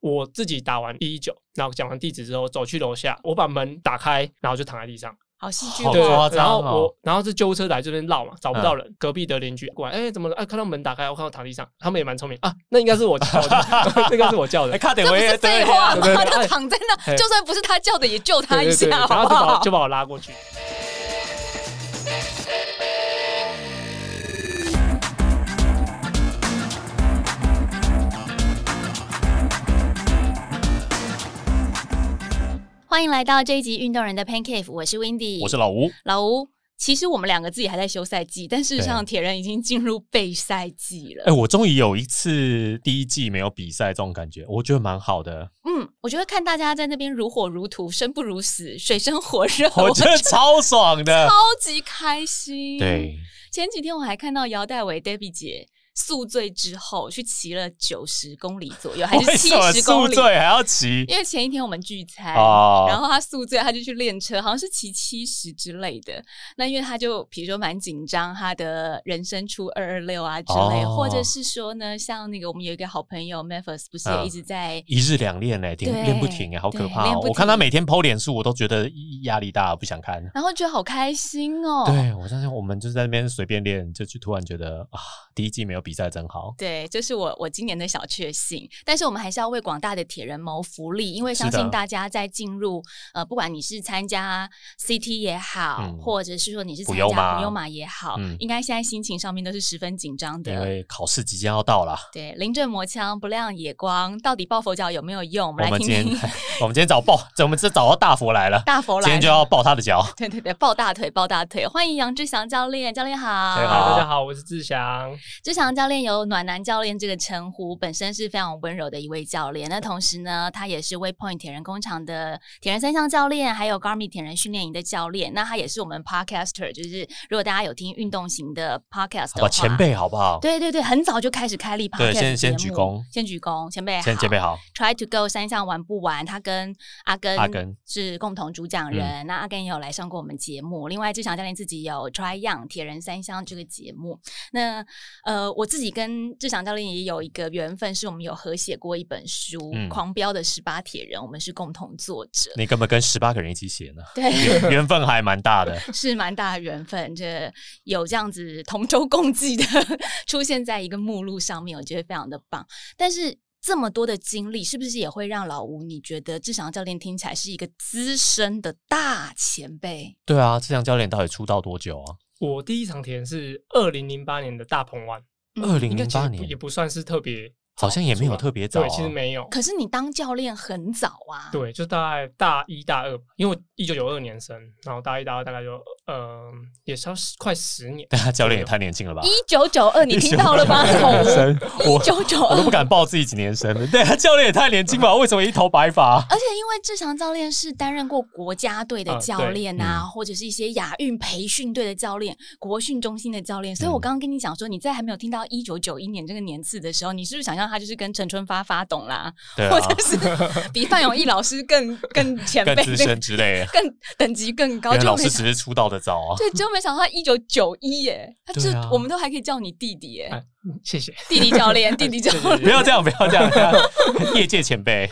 我自己打完一一九，然后讲完地址之后，走去楼下，我把门打开，然后就躺在地上。好戏剧对化对，对哦，夸然后张哦嗯我，然后是救护车来这边绕嘛，找不到人，隔壁的邻居过来，哎，怎么了？哎，看到门打开，我看到躺地上，他们也蛮聪明啊，那应该是我 叫的，那应该是我叫哎，的。卡点这不我也是废话对对对吗？他哎躺在那，哎就算不是他叫的，也救他对一对对，下，然后好不就把好哦我？就把我拉过去。欢迎来到这一集《运动人的 Pan Cave》，我是 Windy，我是老吴，老吴。其实我们两个自己还在休赛季，但事实上铁人已经进入备赛季了哎，。我终于有一次第一季没有比赛这种感觉，我觉得蛮好的，嗯，我觉得看大家在那边如火如荼、生不如死、水深火热，我觉得超爽的超。级开心。，对，前几天我还看到姚黛维 Debbie 姐宿醉之后去骑了九十公里左右，还 为是七什么十公宿里？醉还要骑？因为前一天我们聚餐，哦然后他宿醉，他就去练车，好像是骑七十之类的。那因为他就比如说蛮紧张，他的人生出二二六啊之类，哦或者是说呢，像那个我们有一个好朋友 Mavis 不是嗯也一直在、一日两练嘞，停对练不停哎，好可怕对练哦！不停我看他每天剖脸书，我都觉得压力大，不想看。然后觉得好开心哦。对，我相信我们就是在那边随便练，就去突然觉得啊，第一季没有比赛真好。对，这是我我今年的小确幸，但是我们还是要为广大的铁人谋福利，因为是相的信大家在进入呃，不管你是参加 CT 也好，嗯或者是说你是普参悠加玛普悠玛也好，嗯应该现在心情上面都是十分紧张因的。为考试即将要到了，对，临阵磨枪，不亮也光，到底抱佛脚有没有用？我们我来们听今天听 我们今天找抱，我们这找到大佛来了，大佛 今来天就了。要抱他的脚。对对对，抱大腿，抱大腿！欢迎杨志祥教练，教练好。对好大家好，我是志祥。志祥教练有“暖男教练”这个称呼，本身是非常温柔的一位教练。那同时呢，他也是 Waypoint 铁人工厂的铁人三项教练，还有 Garmin 铁人训练营的教练。那他也是我们 Podcaster，就是如果大家有听运动型的 Podcast 的话，好吧，前，辈好不好？对对对，很早就开始开立 Podcast 对先的先节鞠目躬先鞠躬，前辈好，前前辈好， Try to Go 三项玩不完，他跟阿根阿根嗯是共同主讲人。那阿根也有来上过我们节目。另外，志祥教练自己有 Try Young 铁人三项这个节目。那呃，我自己跟志祥教练也有一个缘分，是我们有合写过一本书《嗯狂飙的十八铁人》，我们是共同作者。你根本跟十八个人一起写呢，对，缘缘分还蛮 大的。是蛮大的缘分，这有这样子同舟共济的 出现在一个目录上面，我觉得非常的棒。但是这么多的经历，是不是也会让老吴你觉得志祥教练听起来是一个资深的大前辈？对啊，志祥教练到底出道多久啊？我第一场田是二零零八年的大鹏湾，二嗯零应该零其八实不也年不算是特别早出来，好像也没有特别早啊对，其实没有，可是你当教练很早啊，，对，就大概大一大二吧，因为我一九九二年生，然后大一大二大概就呃，也是要十快十年。但他啊教练也太年轻了吧？一九九二，你听到了 吗？年一生，我九九我二 都不。敢报自己几年生了。对啊，教练也太年轻吧？为什么一头白发？而且，因为志祥教练是担任过国家队呃的啊教对练啊，嗯或者是一些亚运培训队的教练、国训中心的教练，所以我嗯刚刚跟你讲说，你在还没有听到一九九一年这个年次的时候，你是不是想象他就是跟陈春发发懂啦，对或啊，者是比范永义老师 更更前更辈、资深之类的。更等级更高？原来就老没师想只是出道的早啊。对，就没想到一九九一耶，他就、对啊我们都还可以叫你弟弟耶，哎，嗯谢谢。弟弟教 练，弟弟教谢谢练。不要这样，不要这样， 业界前辈。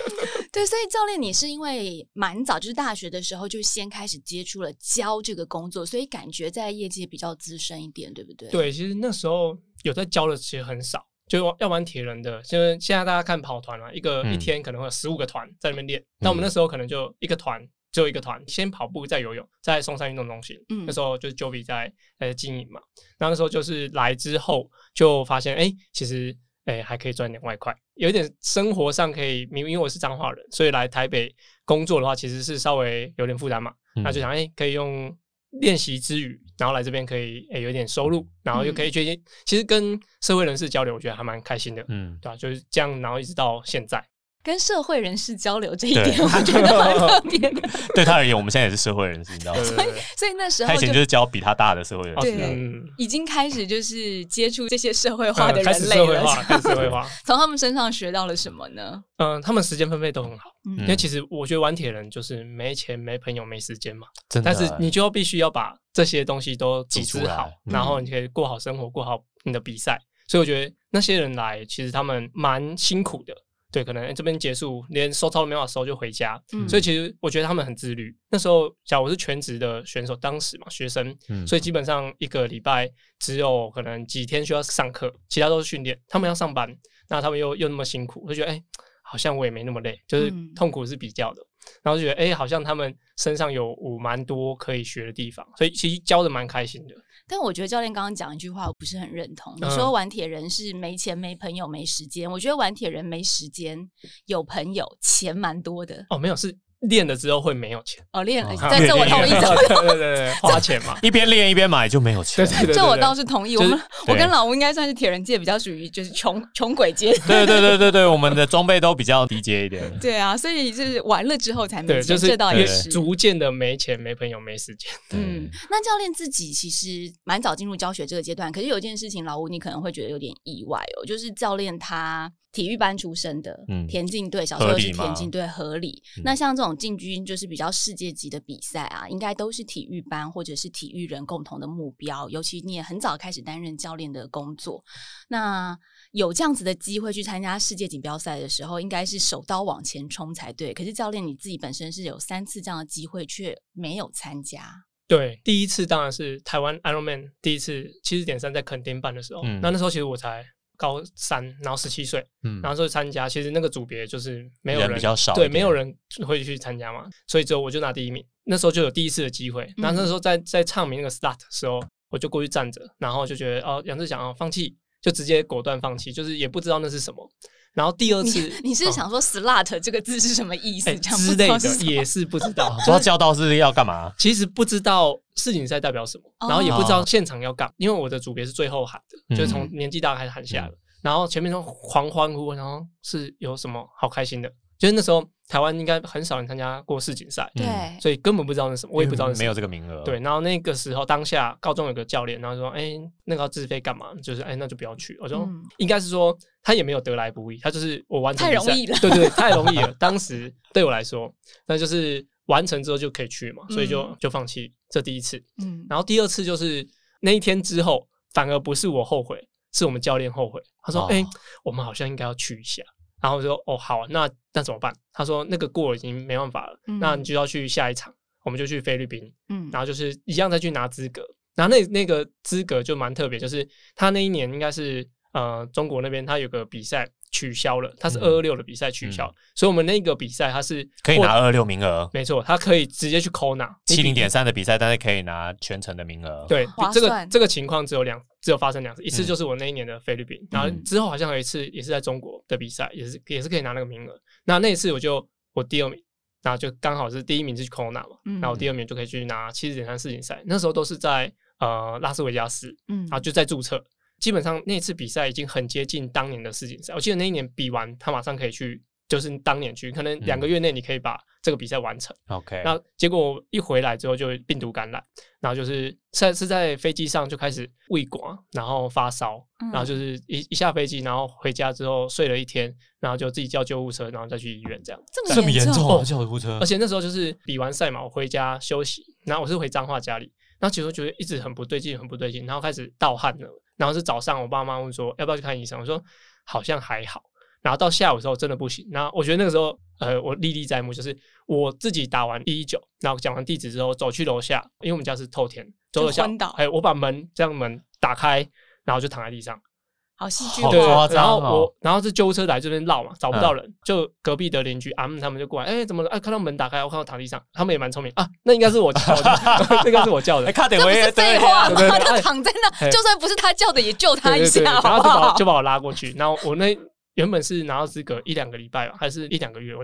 对，所以教练，你是因为蛮早，就是大学的时候就先开始接触了教这个工作，所以感觉在业界比较资深一点，对不对？，对，其实那时候有在教的其实很少，就要玩铁人的，就是现在大家看跑团啊，一个、嗯一天可能会有十五个团在那边练，但我们那时候可能就一个团。只有一个团，先跑步，再游泳，在松山运动中心。嗯那时候就是 Jovi 在呃经营嘛，那那时候就是来之后就发现，哎、其实哎、还可以赚点外快，有一点生活上可以，因为因为我是彰化人，所以来台北工作的话，其实是稍微有点负担嘛。嗯那就想哎、诶可以用练习之余，然后来这边可以哎、诶有一点收入，然后又可以去，其实跟社会人士交流，我觉得还蛮开心的，嗯，对吧、就是这样，然后一直到现在，跟社会人士交流这一对点，我觉得蛮特别的。 对他而言，我们现在也是社会人士，你知道吗对？对对所以那时他候以就前就是教比他大的社会人对士对，啊。嗯，已经开始就是接触这些社会化呃的开始人类社会了，化， 开始社会化， 从他们身上学到了什么呢？嗯、他们时间分配都很好，因为嗯其实我觉得玩铁人就是没钱、没朋友、没时间嘛，真的啊但是你就必须要把这些东西都组挤出织来好，嗯然后你可以过好生活，过好你的比赛。所以我觉得那些人来，其实他们蛮辛苦的，对，可能哎诶这边结束，连收操都没办法收就回家。嗯所以其实我觉得他们很自律。那时候，假如我是全职的选手，当时嘛学生，嗯所以基本上一个礼拜只有可能几天需要上课，其他都是训练。他们要上班，那他们又又那么辛苦，我就觉得哎、好像我也没那么累，就是嗯痛苦是比较的。然后就觉得哎、好像他们身上有有蛮多可以学的地方，所以其实教的蛮开心的。但我觉得教练刚刚讲一句话，我不是很认同。你嗯说玩铁人是没钱、没朋友、没时间，我觉得玩铁人没时间，有朋友，钱蛮多的。哦，没有是练了之后会没有钱，哦，练了，哦这这我同意，对这我 对对对对，花钱 嘛，一边练一边买就没有钱对。对对，这我对倒是同意。我就是们我对跟老吴应该算是铁人界比较属于就是穷穷鬼 界。对对对对对，我们的装备都比较低阶一点。对啊，所以就是玩了之后才没对，钱，就是这倒也也对是。逐渐的没钱、没朋友、没时间。嗯嗯，，那教练自己其实蛮早进入教学这个阶段，可是有一件事情，老吴你可能会觉得有点意外哦，就是教练他体育班出身的，嗯田径队小时候合是理吗田径队合理，嗯那像这种进军就是比较世界级的比赛啊，应该都是体育班或者是体育人共同的目标，尤其你也很早开始担任教练的工作，那有这样子的机会去参加世界锦标赛的时候，应该是手刀往前冲才对，可是教练你自己本身是有三次这样的机会，却没有参加。对，第一次当然是台湾 Ironman 第一次七十点三在垦丁办的时候，嗯那那时候其实我才高三，然后十七岁，嗯然后就参加。其实那个组别就是没有人人比较少一对，点没有人会去参加嘛，所以只有我就拿第一名。那时候就有第一次的机会。嗯那那时候在在唱名那个 start 的时候，我就过去站着，然后就觉得哦，杨志祥啊，放弃，就直接果断放弃，就是也不知道那是什么。然后第二次 你你是哦想说 “slut” 这个字是什么意思？哎这样之不知类道是的什么也是不知道，不知道教到是要干嘛。其实不知道世锦赛代表什么，哦然后也不知道现场要干嘛，因为我的组别是最后喊的，嗯就是从年纪大开始喊下的，然后前面都狂欢呼，然后是有什么好开心的？就是那时候台湾应该很少人参加过世锦赛，嗯对，所以根本不知道那是什么，我也不知道那是什没么有。这个名额。对，，然后那个时候当下高中有个教练，然后说：“哎，那个要自费干嘛？就是哎，那就不要去。”我说：“嗯应该是说他也没有得来不易，他就是我完成太比容赛易了对对，太容易了。当时对我来说，那就是完成之后就可以去嘛，所以就、嗯就放弃这第一次。嗯，然后第二次就是那一天之后，反而不是我后悔，是我们教练后悔。他说：“哦哎、我们好像应该要去一下。”然后我说：“哦，好啊、那那怎么办？”他说：“那个过了已经没办法了，嗯那你就要去下一场，我们就去菲律宾。”嗯然后就是一样再去拿资格。然后那那个资格就蛮特别，就是他那一年应该是呃中国那边他有个比赛取消了，他是嗯二二六的比赛取消，所以我们那个比赛他是可以获拿二六名额，没错，他可以直接去扣拿七零点三的比赛，但是可以拿全程的名额。，对划，这个算这个情况只有两，只有发生两次，一次嗯就是我那一年的菲律宾，然后嗯之后好像有一次也是在中国的比赛，也是也是可以拿那个名额。那那一次我就我第二名，然后就刚好是第一名是 Kona 嘛，嗯然后我第二名就可以去拿七十点三世锦赛，那时候都是在呃拉斯维加斯，嗯然后就在注册。基本上那次比赛已经很接近当年的世锦赛，我记得那一年比完，他马上可以去，就是当年去，可能两个月内你可以把这个比赛完成。嗯，OK，那结果我一回来之后就病毒感染，然后就是在是在飞机上就开始胃管，然后发烧，嗯然后就是一一下飞机，然后回家之后睡了一天，然后就自己叫救护车，然后再去医院这样。这这么严重啊，哦救护车而，且那时候就是比完赛嘛，我回家休息，然后我是回彰化家里，然后其实我觉得一直很不对劲，很不对劲，然后开始盗汗了，然后是早上我爸妈问说要不要去看医生，我说好像还好，然后到下午的时候真的不行，然后我觉得那个时候呃我历历在目，就是我自己打完一一九，然后讲完地址之后走去楼下，因为我们家是透天，走楼下就昏倒哎，我把门这样门打开，然后就躺在地上。好戏剧好对，夸化，然后张哦嗯我，然后是救护车来这边绕嘛，找不到人，就隔壁的邻居阿木他们就过来，哎、怎么了？哎、看到门打开，我看到躺地上，他们也蛮聪明啊，那应该是我叫 的，那应该是我叫的，哎，看点这不我也是废话对对吗？对他躺在那，哎就算不是他叫的，也救他对一对对，下，然好后不就把哦我好就？把我拉过去，然后我那原本是拿到资格一两个礼拜吧，还是一两个月，我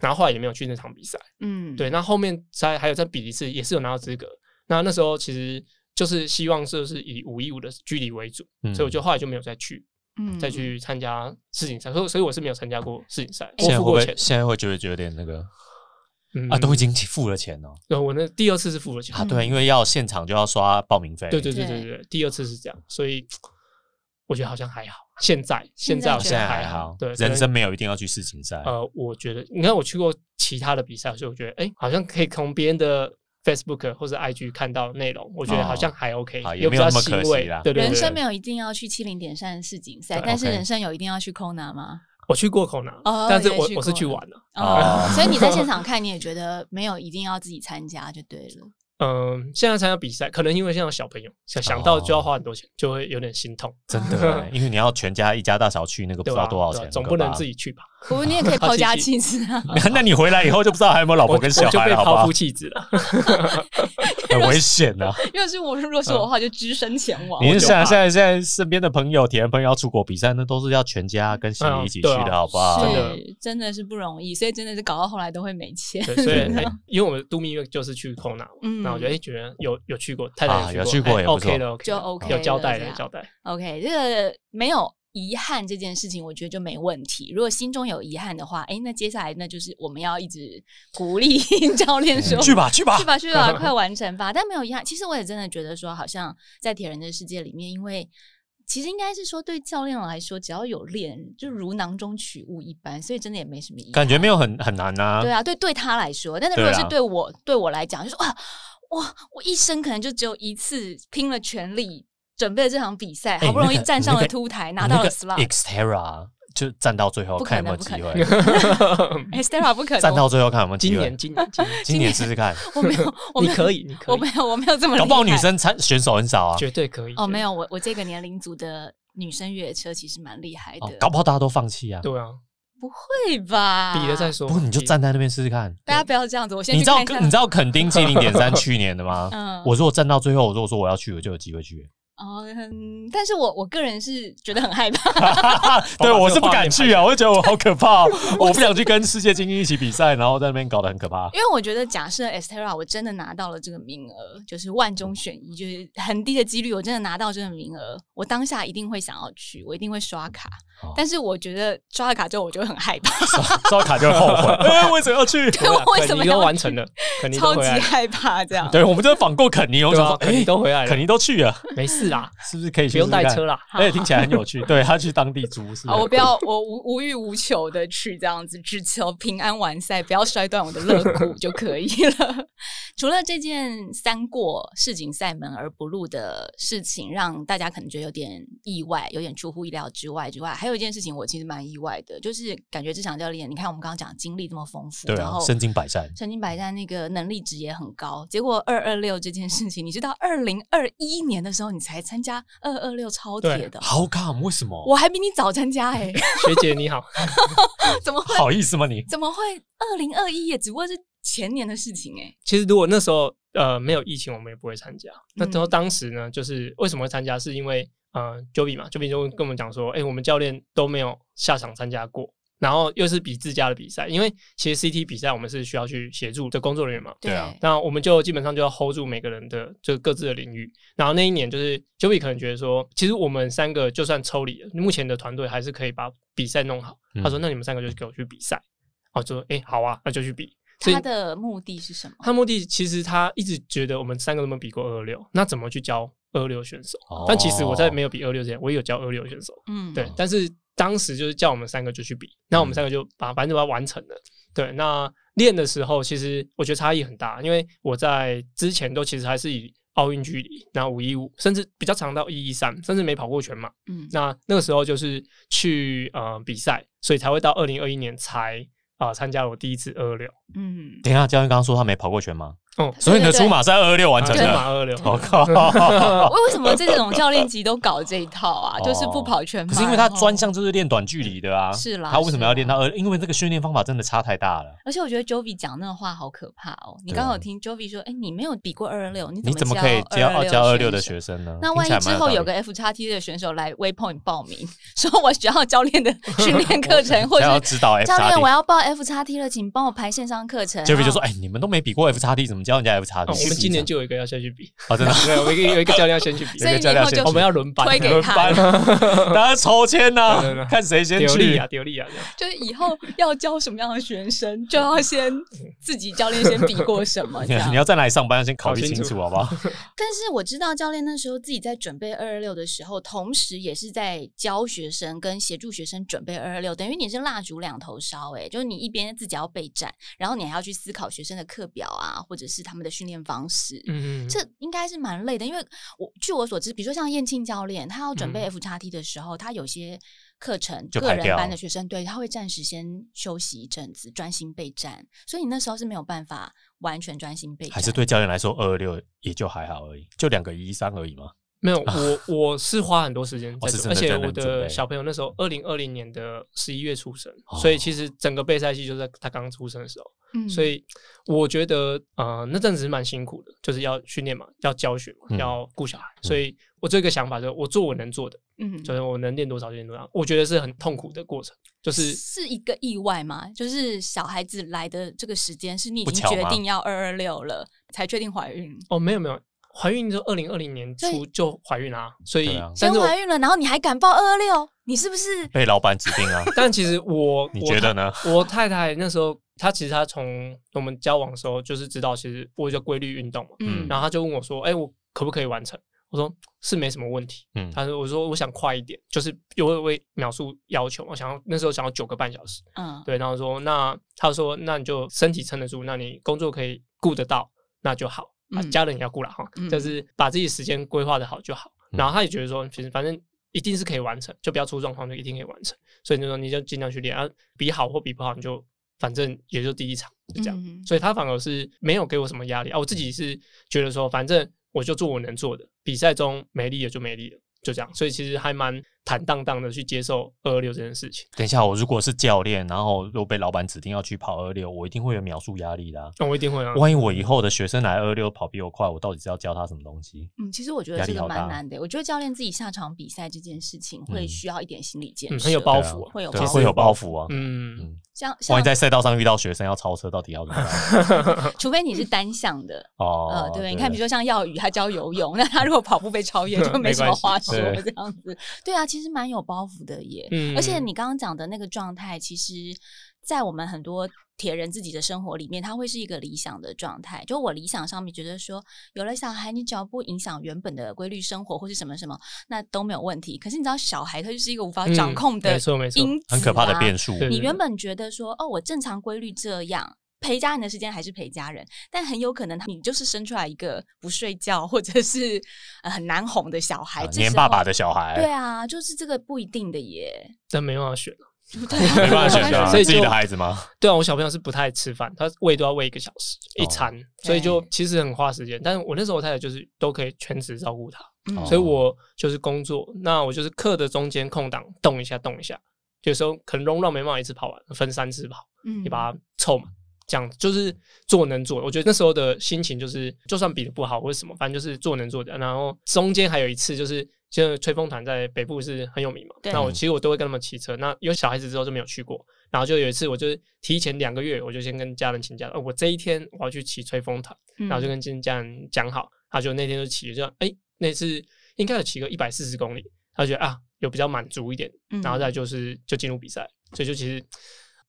然后后来也没有去那场比赛，嗯，对，那后面在还有在比利时也是有拿到资格，那那时候其实就是希望就是以五一五的距离为主，嗯所以我就后来就没有再去嗯，再去参加世锦赛，所以所以我是没有参加过世锦赛，我现在付会不过会钱现在会觉得觉得有点那个嗯啊？都已经付了钱哦对，我那第二次是付了钱，啊，对，因为要现场就要刷报名费，对对对对对对，第二次是这样，所以我觉得好像还好，现在现在好觉现像在还还好，对，可人能生没有一定要去世锦赛，呃，我觉得你看我去过其他的比赛，所以我觉得哎，好像可以从别人的 Facebook 或者 IG 看到内容，我觉得好像还 OK，哦好也有比没较有那么欣可惜慰啦，对对人生对没有一定要去七零点三世锦赛，对但是 OK 人生有一定要去 Kona 吗？我去过口拿，哦但是我也去我是过去玩了。哦哦，啊所以你在 现场看，你也觉得没有一定要自己参加就 对了。嗯、现在参加比赛，可能因为现在有小朋友想想到哦就要花很多钱，就会有点心痛，真的欸，因为你要全家一家大小去，那个不对知吧？道多少对钱吧了，总不能吧自。己去吧？不过你也可以抛家弃子啊， 那你回来以后就不知道还有没有老我婆啊跟小我就孩被了，好不抛好夫？弃子了。很危险啊！因为是我如果是我的话，就只身前往。你是就想怕现在现在身边的朋友、铁人朋友要出国比赛，那都是要全家跟行李一起嗯去对的，啊好不好？真的是真的是不容易，所以真的是搞到后来都会没钱。对，所以对哎因为我们度蜜月就是去口拿，嗯那我觉得哎，觉得有有去过，太啊太有去去过哎也不错，OK 了，就 OK 了有交了代这了，有样交 代。 OK，这个没有遗憾这件事情，我觉得就没问题。如果心中有遗憾的话，哎，那接下来那就是我们要一直鼓励 教练嗯说。去吧，啊去吧去。吧，去吧，快完成吧！但没有遗憾，其实我也真的觉得说，好像在铁人的世界里面，因为其实应该是说，对教练来说，只要有练，就如囊中取物一般，所以真的也没什么遗憾。感觉没有很很难啊对。啊，对对他来说，但是如果对是啊对我对我来讲，就是哇，我我一生可能就只有一次拼了全力准备了这场比赛，哎好不容易那个站上那了个凸台，你拿到那了个 slot。 Xterra 就站到最后不可看有没能有不机可能会，哎 Stella 不可 站能，到最后看有没有机今会年，。今年，今年，今年试试看，我没 有， 我你没有，可以，你可我以没，有，我没有这么搞不好厉女害生参选手很少啊。绝对可以。哦，没有，有，我我这个年龄组的女生越野车其实蛮厉害哦的，搞不好大家都放弃啊。对啊，不会吧？比了再，说。不过你就比站在那边试试看。大家不要这样子，我先你去知道看一下。你知道垦丁七零点 三去年的吗？嗯我如果站到最后，我如果说我要去，我就有机 会去。哦，嗯但是我我个人是觉得很害怕，对，我是不敢去啊，我就觉得我好 可怕哦，我不想去跟世界精英一起比赛，然后在那边搞得很可 怕。 因为我觉得，假设 Estera 我真的拿到了这个名额，就是万中选一，就是很低的几率，我真的拿到这个名额，我当下一定会想要去，我一定会刷卡。哦但是我觉得刷了卡之后，我就会很害怕，刷卡就会后 悔，哎，为什么要去？对啊 为肯什么尼要都完成了，肯尼超都级回来了，害怕这样。对，我们就是访过肯尼，我对想啊说，，肯尼哎，都回来肯了，尼都去了，没事 啦，是不是可以去不用试试带看车？啦。而且听起来很有趣，对他去当地租是是啊，我不要，我无无欲无求的去这样子，只求平安完赛，不要摔断我的肋 骨就可以了。除了这件三过世锦赛门而不入的事情，让大家可能觉得有点意外，有点出乎意料之外之外，还有一件事情我其实蛮意外的，就是感觉志强教练，你看我们刚刚讲经历这么丰富，对然啊后，身经百战，身经百战，那个能力值也很高。结果二二六这件事情，你是到二零二一年的时候你才参加二二六超铁对的。好 come 为什么？我还比你早参加哎、学姐你好， 怎么会？好意思吗你？怎么会？二零二一也只不过是前年的事情哎、欸其实如果那时候呃没有疫情，我们也不会参加。那时候当时呢，就是为什么会参加，是因为呃 Joey 嘛，Joey 就跟我们讲说，哎、我们教练都没有下场参加过。然后又是比自家的比赛，因为其实 CT 比赛我们是需要去协助的工作人员嘛，对啊那我们就基本上就要 hold 住每个人的就各自的领域。然后那一年就是 Joey 可能觉得说，其实我们三个就算抽离了，目前的团队还是可以把比赛弄好。嗯他说：“那你们三个就给我去比赛。”哦，就说：“哎、好啊，那就去比。”所以他的目的是什么？他目的其实他一直觉得我们三个都没有比过二六，那怎么去教二六选手？哦但其实我在没有比二六之前，我也有教二六选手。嗯，对，但是当时就是叫我们三个就去比，那我们嗯三个就把反正就把它完成了。对，那练的时候其实我觉得差异很大，因为我在之前都其实还是以奥运距离，然后五一五，甚至比较长到一一三，甚至没跑过全马。嗯，那那个时候就是去呃比赛，所以才会到二零二一年才啊、参加了我第一次二六。嗯，等一下，教练刚刚说他没跑过全马，哦，所以你的对对对出马是二六完成啊全马的。二六，我 靠！ 为为什么这种教练级都搞这一套啊？就是不跑全马，哦可是因为他然后专项就是练短距离的啊，是啦他为什么要练是啦到二？因为这个训练方法真的差太大了。而且我觉得 Jovi 讲那个话好可怕哦！你对啊刚好听 Jovi 说，哎、你没有比过二二六，你你怎么教可以教哦二教二六的选手学生呢？那万一听起之来蛮后道有理个 F 叉 T 的选手来 Waypoint 报名， 说我需要教练的训练课 程，或想要者指导 F 教叉练我哦 D，要报 F 叉 T 了，请帮我排线上课程。杰比就然说：“后哎，你们都没比过 F 叉 D，怎么教人家 F 叉 D？” 哦，我们今年就有一个要下去比，啊，真的对，我们一个有一个教练要先去比，所以有一个教你以练后先就我们要轮班，推给轮他班， 大家抽签对对呐，对看谁先 丢力去啊，。丢力啊，这样就是以后要教什么样的学生，就要先自己教练先比过什么 这样你。要在哪里上班，先考虑搞清清楚楚好不好？ 但是我知道教练那时候自己在准备二二六的时候，同时也是在教学生跟协助学生准备二二六，等于你是蜡烛两头烧、欸，就是你一边自己要备战，然后你还要去思考学生的课表啊，或者是他们的训练方式。嗯，这应该是蛮累的，因为我据我所知，比如说像燕庆教练，他要准嗯备 F 叉 T 的时候，他有些课程就个排人掉班的学生，对他会暂时先休息一阵子，专心备战，所以你那时候是没有办法完全专心备战，还是对教练来说，二二六也就还好而已，就两个一三而已嘛。没有，我我是花很多时间哦在是准备，而真的且在那我准备的小朋友那时候二零二零年的十一月出生，哦所以其实整个备赛季就在他刚出生的时候，嗯所以我觉得呃那阵子是蛮辛苦的，就是要训练嘛，要教学嘛，嗯要顾小孩，所以我这个想法就是我做我能做的，嗯，就是我能练多少就练多少，我觉得是很痛苦的过程，就是是一个意外吗？就是小孩子来的这个时间是你已不经巧决吗定要二二六了，才确定怀孕，哦没有没有。怀孕就二零二零年所以初就怀孕啦、所以、对啊先但是我怀孕了，然后你还敢报二二六，你是不是？被老板指定 啊，但其实我你我太觉得呢？我太太那时候，她其实她从我们交往的时候就是知道，其实我有在规律运动嘛，嗯然后她就问我说：“哎、我可不可以完成？”我说：“是没什么问题。”嗯，她说：“我说我想快一点，就是有为为秒数要求，我想要那时候想要九个半小时，嗯，对。”然后说：“那她说那你就身体撑得住，那你工作可以顾得到，那就好。”啊，嗯家人也要顾了哈，嗯就是把自己时间规划的好就好。嗯然后她也觉得说，其实反正一定是可以完成，就不要出状况，就一定可以完成。所以就说你就尽量去练啊，比好或比不好，你就反正也就第一场就这样。嗯所以他反而是没有给我什么压力啊，我自己是觉得说，反正我就做我能做的，比赛中没力了就没力了，就这样。所以其实还蛮坦荡荡的去接受二二六这件事情。等一下，我如果是教练，然后又被老板指定要去跑二六，我一定会有秒数压力的、啊。那、我一定会啊，万一我以后的学生来二六跑比我快，我到底是要教他什么东西？嗯，其实我觉得压这力个好蛮大难的。我觉得教练自己下场比赛这件事情，会嗯需要一点心理建设，嗯很有包对啊袱啊会有对包会袱有包袱啊。嗯，像万像一，在赛道上遇到学生要超车，到底要怎 么办？除非你是单项的，哦呃，，对，你看，比如说像耀宇，他教游泳，那他如果跑步被超越，就没什么关系话说对这样子。对啊，其实蛮有包袱的耶。嗯而且你刚刚讲的那个状态，其实，在我们很多铁人自己的生活里面，它会是一个理想的状态。就我理想上面觉得说，有了小孩，你只要不影响原本的规律生活或是什么什么，那都没有问题。可是你知道，小孩他就是一个无法啊掌嗯控的没错没错因子、啊很可怕的变数。对你原本觉得说，哦，我正常规律这样。陪家人的时间还是陪家人，但很有可能你就是生出来一个不睡觉或者是、呃很难哄的小孩，啊这黏时爸候爸的小孩，对啊，就是这个不一定的耶。但没办法选。没 办法选择、啊，所以自己就的孩子吗？对啊，我小朋友是不太吃饭，他喂都要喂一个小时一哦餐，所以就对其实很花时间。但是我那时候我太太就是都可以全职照顾他，嗯哦所以我就是工作，那我就是课的中间空档动一下动一下，有时候可能 r u 没办法一次跑完，分三次跑，嗯你把它凑满，这样就是做能做的。我觉得那时候的心情就是，就算比的不好或者什么，反正就是做能做的。然后中间还有一次就是。现在吹风团在北部是很有名嘛，对那我其实我都会跟他们骑车。那有小孩子之后就没有去过，然后就有一次我就是提前两个月，我就先跟家人请假，哦，我这一天我要去骑吹风团。嗯然后就跟今天家人讲好，他就那天就骑，就哎、那次应该有骑个一百四十公里，他就觉得啊有比较满足一点，嗯然后再就是就进入比赛，所以就其实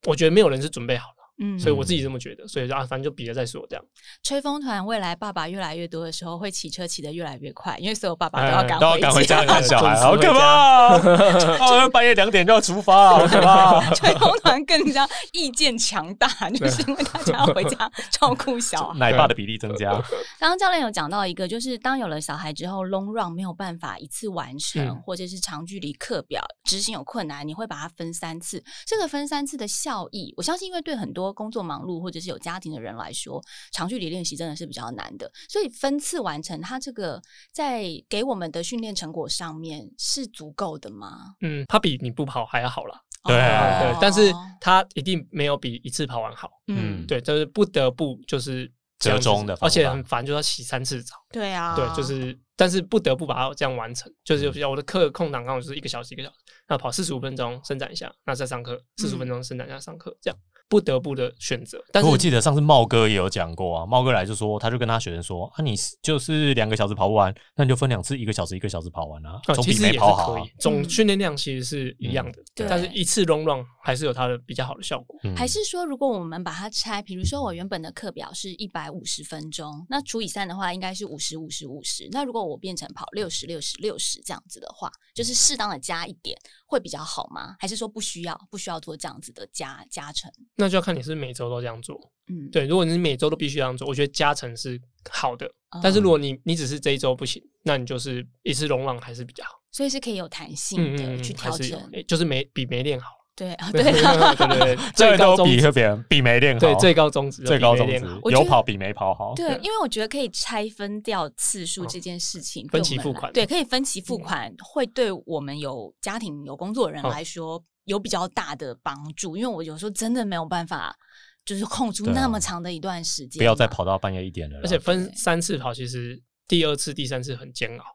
我觉得没有人是准备好了，嗯所以我自己这么觉得，所以就啊反正就比了再说这样，吹风团未来爸爸越来越多的时候，会骑车骑得越来越快，因为所有爸爸都要哎赶都要赶回家家看看小小孩 孩，好好可可怕、啊哦！半夜两点就要出发、好 可怕、 啊吹风团更加意见强大，就是因为大家要回 家照顾小孩。奶爸的比例增加，刚刚教练有讲到一个，就是当有了小孩之后，long run 没有办法一次完成，嗯或者是长距离课表执行有困难，你会把它分三次。这个分三次的效益，我相信，因为对很多工作忙碌或者是有家庭的人来说，长距离练习真的是比较难的。所以分次完成，它这个在给我们的训练成果上面是足够的吗？嗯，他比你不跑还要好啦，对啊对哦，但是他一定没有比一次跑完好，嗯，对，就是不得不就是这样子折中的方法而且很烦，就要洗三次澡。对啊，对，就是，但是不得不把它这样完成，就是嗯比较我的课空档刚好就是一个小时一个小时，那跑四十五分钟伸展一下，那再上课四十嗯分钟伸展一下上课，这样不得不的选择。但可是我记得上次茂哥也有讲过啊，茂哥来就说，他就跟他学生说啊，你就是两个小时跑不完，那你就分两次，一个小时一个小时跑完啊，啊总其比实也没是跑好、可啊以。，总嗯训练量其实是一样的，对但是一次 long run 还是有它的比较好的效果。嗯还是说，如果我们把它拆，比如说我原本的课表是一百五十分钟，那除以三的话，应该是五十、五十、五十。那如果我变成跑六十、六十、六十这样子的话，就是适当的加一点会比较好吗？还是说不需要，不需要做这样子的加加成？那就要看你是每周都这样做。嗯，对，如果你是每周都必须这样做，我觉得加成是好的。但哦嗯是如果你你只是这一周不行，那你就是一次容浪还是比较好。所以是可以有弹性嗯的嗯嗯，去还调是有整，诶就是没比没练好。 对啊，对 对啊，对 对，这最高都宗比旨别人比没练好，对最高宗旨最高宗比没旨练好我觉有得跑比没跑好。对对，因为我觉得可以拆分掉次数嗯这件事情，分对我期们付来款对，可以分期付款，会对我们有家庭、有工作的人嗯来说有比较大的帮助。因为我有时候真的没有办法，就是空出对啊那么长的一段时间嘛，不要再跑到半夜一点了啦。而且分对三次跑，其实第二次、第三次很煎熬。哦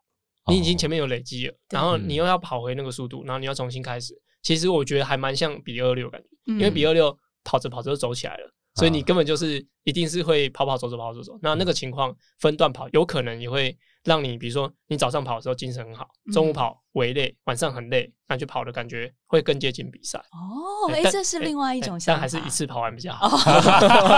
你已经前面有累积了，然后嗯，你又要跑回那个速度，然后你要重新开始。其实我觉得还蛮像比二六感觉，嗯，因为比二六跑着跑着就走起来了，所以你根本就是一定是会跑跑走走跑跑走走。那那个情况分段跑，有可能也会让你，比如说你早上跑的时候精神很好，中午嗯跑微累，晚上很累，那去跑的感觉会更接近比赛。哦，对哎，但这是对另外一哎种想但法，还是一次跑完比较好。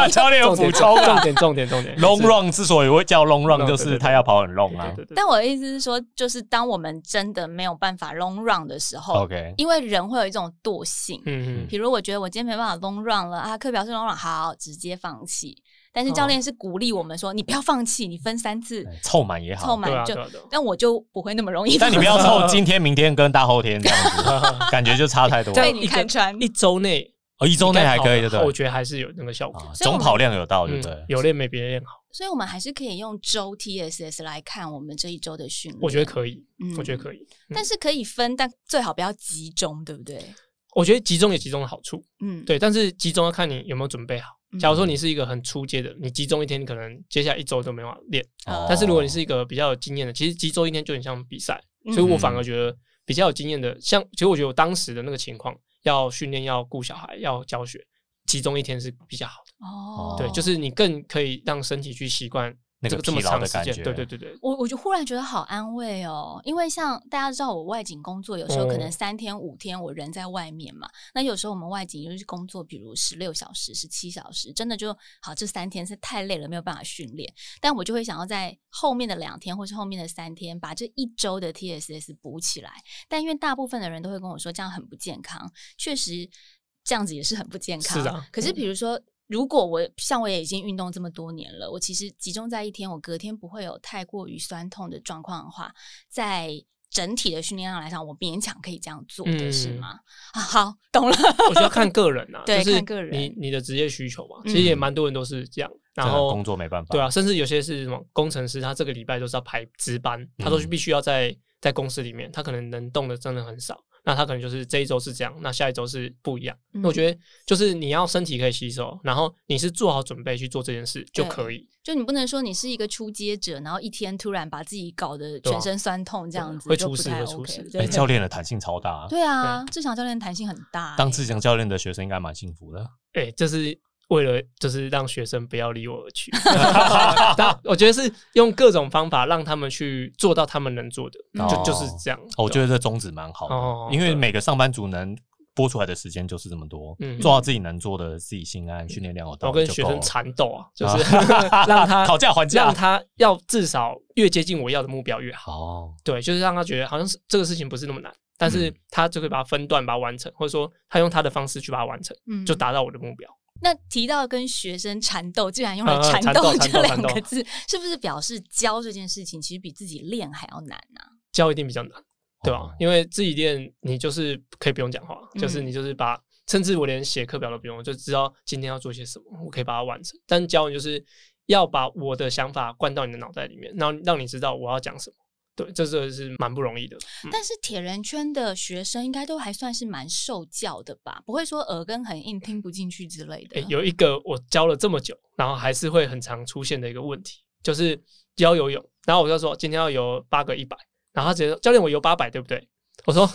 哦 教练有重补点充重啊点重点重点 ，long 是 run 之所以会叫 long run， Long run，就是对对他要跑很 long 啊。对对对但我的意思是说，就是当我们真的没有办法 long run 的时候 OK，因为人会有一种惰性，嗯嗯比如我觉得我今天没办法 long run 了啊，课表是 long run，好，直接放弃。但是教练是鼓励我们说，你不要放弃，你分三次嗯哎凑满也凑好，对啊满对就。啊对啊。但我就不会那么容易。但你不要凑今天、明天跟大后天这样 子，感觉就差太多。这样被一你个看穿。啊一周内哦， 一周内还可以，对的，不我对？觉得还是有那个效果。啊，所以我总们跑量有到，对嗯不对？有练没别人练好，所以我们还是可以用周 TSS 来看我们这一周的训练。我觉得可以，嗯我觉得可以。嗯但是可以分，但最好不要集中，对不对？我觉得集中有集中的好处，嗯，对，但是集中要看你有没有准备好嗯。假如说你是一个很出街的，你集中一天，你可能接下来一周都没办法练。哦但是如果你是一个比较有经验的，其实集中一天就很像比赛，嗯，所以我反而觉得比较有经验的，像其实我觉得我当时的那个情况，要训练、要顾小孩、要教学，集中一天是比较好的。哦，对，就是你更可以让身体去习惯那这个个这么疲劳长的时感间。觉对对对 对，我我就忽然觉得好安慰哦，因为像大家知道我外景工作，有时候可能哦三天五天我人在外面嘛，那有时候我们外景就是工作，比如十六小时、十七小时，真的就好这三天是太累了，没有办法训练，但我就会想要在后面的两天或是后面的三天把这一周的 TSS 补起来，但因为大部分的人都会跟我说这样很不健康，确实这样子也是很不健康。是啊可是比如说，如果我像我也已经运动这么多年了，我其实集中在一天，我隔天不会有太过于酸痛的状况的话，在整体的训练量来讲，我勉强可以这样做的是嗯吗？啊，好，懂了。我觉得要看个 人啊，对就是看个人你你的职业需求嘛，嗯其实也蛮多人都是这样，然真的后工作没办法对啊，甚至有些是什么工程师，他这个礼拜都是要排值班，嗯他都是必须要在在公司里面，他可能能动的真的很少。那他可能就是这一周是这样，那下一周是不一样。嗯那 我觉得就是你要身体可以吸收，然后你是做好准备去做这件事就可以，就你不能说你是一个出街者，然后一天突然把自己搞得全身酸痛这样子，啊会就出不事太会出 OK 事对哎，教练的弹性超大，对啊，志强教练弹性很啊大、当欸志强教练的学生应该蛮幸福的。哦哎、这是为了就是让学生不要离我而去。但我觉得是用各种方法让他们去做到他们能做的，嗯就就是这样。哦我觉得得这宗旨蛮好啊哦的，因为对每个上班族能播出来的时间就是这么多，嗯做好自己能做的，自己心安，训练量有到我跟就学够生了缠斗啊，就是啊 让 他讨价还价让。他要至少越接近我要的目标越好。哦，对，就是让他觉得好像是这个事情不是那么难，但是嗯他就可以把它分段把它完成，或者说他用他的方式去把它完成，嗯就达到我的目标。那提到跟学生缠斗，竟然用了啊“啊缠缠斗斗”缠这斗两缠斗个字，是不是表示教这件事情其实比自己练还要难啊呢、教一定比较难，对吧、啊哦因为自己练你就是可以不用讲话，就是嗯你就是把，甚至我连写课表都不用，我就知道今天要做些什么，我可以把它完成。但教你就是要把我的想法灌到你的脑袋里面，然后让你知道我要讲什么。对，这真的是蛮不容易的。嗯但是铁人圈的学生应该都还算是蛮受教的吧，不会说耳根很硬听不进去之类的。诶有一个我教了这么久，然后还是会很常出现的一个问题，就是教游泳，然后我就说今天要游八个一百，然后他直接说教练我游八百对不对？我 说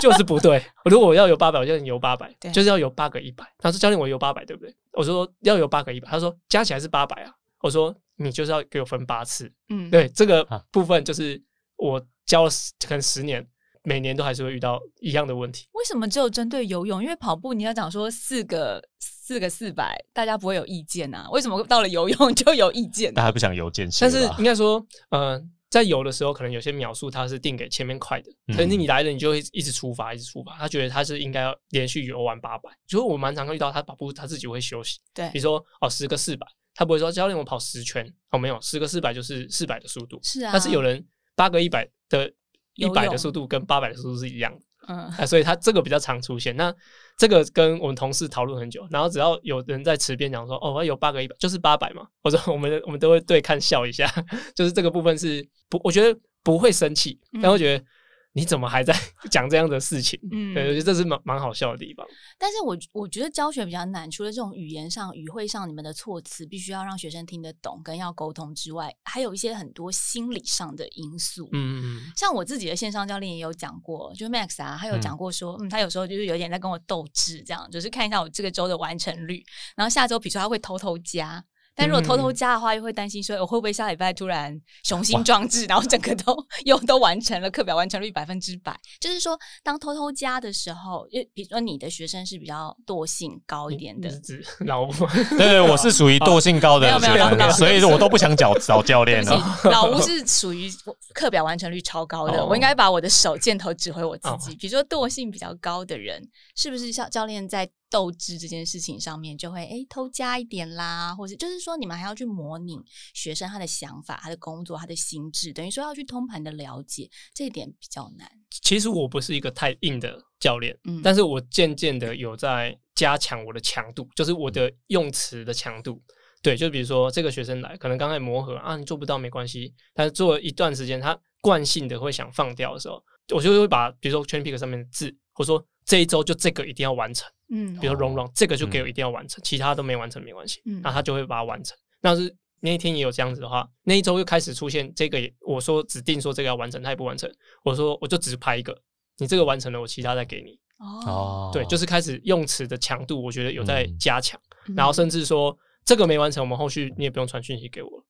就是不对，如果我要游八百，我就游八百对，就是要游八个一百。他说教练我游八百对不对？我说要游八个一百，他说加起来是八百啊。我说你就是要给我分八次，嗯，对这个啊部分就是我教了十可能十年，每年都还是会遇到一样的问题。为什么只有针对游泳？因为跑步你要讲说四个四个四百，大家不会有意见啊？为什么到了游泳就有意见、 大家不想邮件，但是应该说，呃，在有的时候，可能有些秒数它是定给前面快的，可是嗯你来了，你就会一直出发，一直出发。他觉得他是应该要连续游玩八百，就是我蛮常会遇到他跑步，他自己会休息。对比如说哦，十个四百，他不会说教练我跑十圈，哦没有，十个四百就是四百的速度。是啊，但是有人八个一百的。一游百的泳速度跟八百的速度是一样的，嗯啊，所以他这个比较常出现。那这个跟我们同事讨论很久，然后只要有人在池边讲说，哦，我要有八个一百，就是八百嘛，我说我们我们都会对看笑一下， 就是这个部分是不，我觉得不会生气，但会觉得你怎么还在 讲这样的事情？嗯对，我觉得这是蛮蛮好笑的地方。但是我我觉得教学比较难，除了这种语言上、语汇上，你们的措辞必须要让学生听得懂，跟要沟通之外，还有一些很多心理上的因素。嗯嗯像我自己的线上教练也有讲过，就是 Max 啊，他有讲过说，嗯他有时候就是有点在跟我斗智，这样就是看一下我这个周的完成率，然后下周比如说他会偷偷加。但如果偷偷嗯加的话，又会担心说，我会不会下礼拜突然雄心壮志，然后整个都又都完成了课表完成率百分之百？就是说，当偷偷加的时候，因为比如说你的学生是比较惰性高一点嗯，的是，指老吴，对 对，我是属于惰性 高的没有学没有没有没生，有所以我都不想找找教对练不了。起，老吴是属于课表完成率超高的，哦我应该把我的手箭头指挥我自己。比如说惰性比较高的人，是不是教教练在斗志这件事情上面就会诶偷加一点啦，或者就是说你们还要去模拟学生他的想法、他的工作、他的心智，等于说要去通盘的了解，这一点比较难。 其实我不是一个太硬的教练，嗯，但是我渐渐的有在加强我的强度，就是我的用词的强度。对，就比如说这个学生来，可能刚开始磨合啊，你做不到没关系，但是做了一段时间，他惯性的会想放掉的时候，我就会把比如说圈 pick 上面的字，或者说这一周就这个一定要完成，嗯比如说 wrong 哦 wrong 这个就给我一定要完成，其他都没完成没关系，嗯那他就会把它完成。但是那一天也有这样子的话，那一周又开始出现这个也，我说指定说这个要完成，他也不完成，我说我就只拍一个，你这个完成了，我其他再给你。哦，哦，对，就是是开始用词的强度，我觉得有在嗯加强，嗯然后甚至说这个没完成，我们后续你也不用传讯息给我了。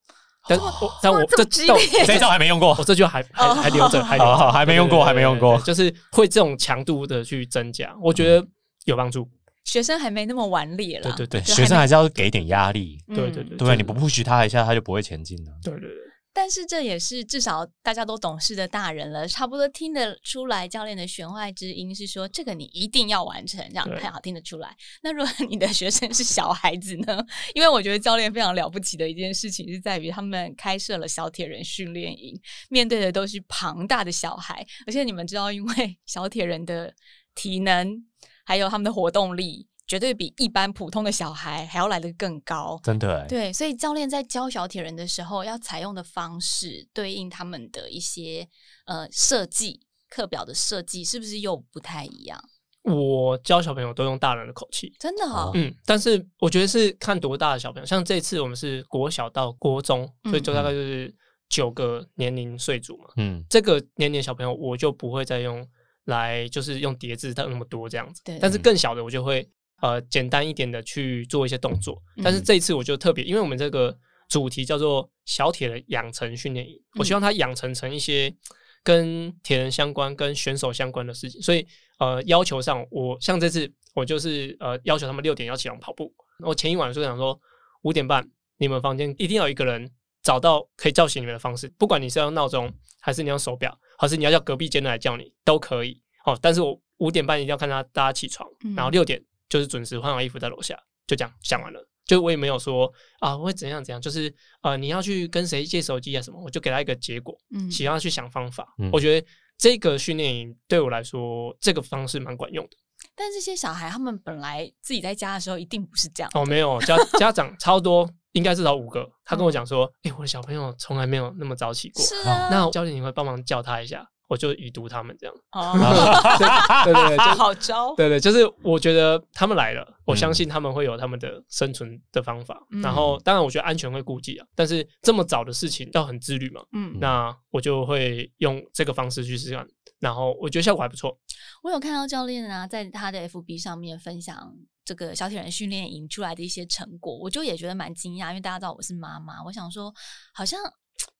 但是我但哦哇我这这么激但我烈我这一 这招还没用过我，这句还还哦还留着，还留好着，好还没用对对过对还没用对过对就是会这种强度的去增加，我觉得有帮助。学生还没那么顽劣对啦。对对对学生还是要给点压力，嗯对对对，对就吧？是你不 push 他一下，他就不会前进了。对对对，但是这也是至少大家都懂事的大人了，差不多听得出来教练的弦外之音是说这个你一定要完成，这样对太好听得出来。那如果你的学生是小孩子呢？因为我觉得教练非常了不起的一件事情是在于他们开设了小铁人训练营，面对的都是庞大的小孩，而且你们知道，因为小铁人的体能还有他们的活动力，绝对比一般普通的小孩还要来得更高。真的欸，对，所以教练在教小铁人的时候，要采用的方式对应他们的一些呃设计课表的设计，是不是又不太一样？我教小朋友都用大人的口气，真的哦，嗯，但是我觉得是看多大的小朋友，像这次我们是国小到国中，所嗯以就大概就是九个年龄岁组嘛。嗯，这个年龄的小朋友，我就不会再用来就是用叠字它那么多这样子。对但是更小的，我就会呃简单一点的去做一些动作。但是这一次我就特别，因为我们这个主题叫做小铁人养成训练营，我希望它养成成一些。跟铁人相关、跟选手相关的事情，所以呃，要求上我像这次我就是呃要求他们六点要起床跑步，我前一晚就想说五点半，你们房间一定要有一个人找到可以叫醒你们的方式，不管你是要用闹钟，还是你要手表，还是你要叫隔壁间的来叫你，都可以哦。但是我五点半一定要看他大家起床，嗯然后六点就是准时换好衣服在楼下，就这样讲完了。就我也没有说啊，我会怎样怎样，就是呃，你要去跟谁借手机啊什么，我就给他一个结果，嗯其他去想方法。嗯我觉得这个训练营对我来说，这个方式蛮管用的。但这些小孩他们本来自己在家的时候一定不是这样，哦，没有家家长超多，应该至少五个。他跟我讲说，哎、我的小朋友从来没有那么早起过。是啊，哦那教练你会帮忙叫他一下，我就已读他们这样。哦， 对对对，就好招， 对对，就是我觉得他们来了，我嗯相信他们会有他们的生存的方法。嗯然后，当然我觉得安全会顾忌啊，但是这么早的事情要很自律嘛，嗯。那我就会用这个方式去试看。然后我觉得效果还不错，我有看到教练啊，在他的 FB 上面分享这个小铁人训练营出来的一些成果，我就也觉得蛮惊讶，因为大家知道我是妈妈，我想说好像。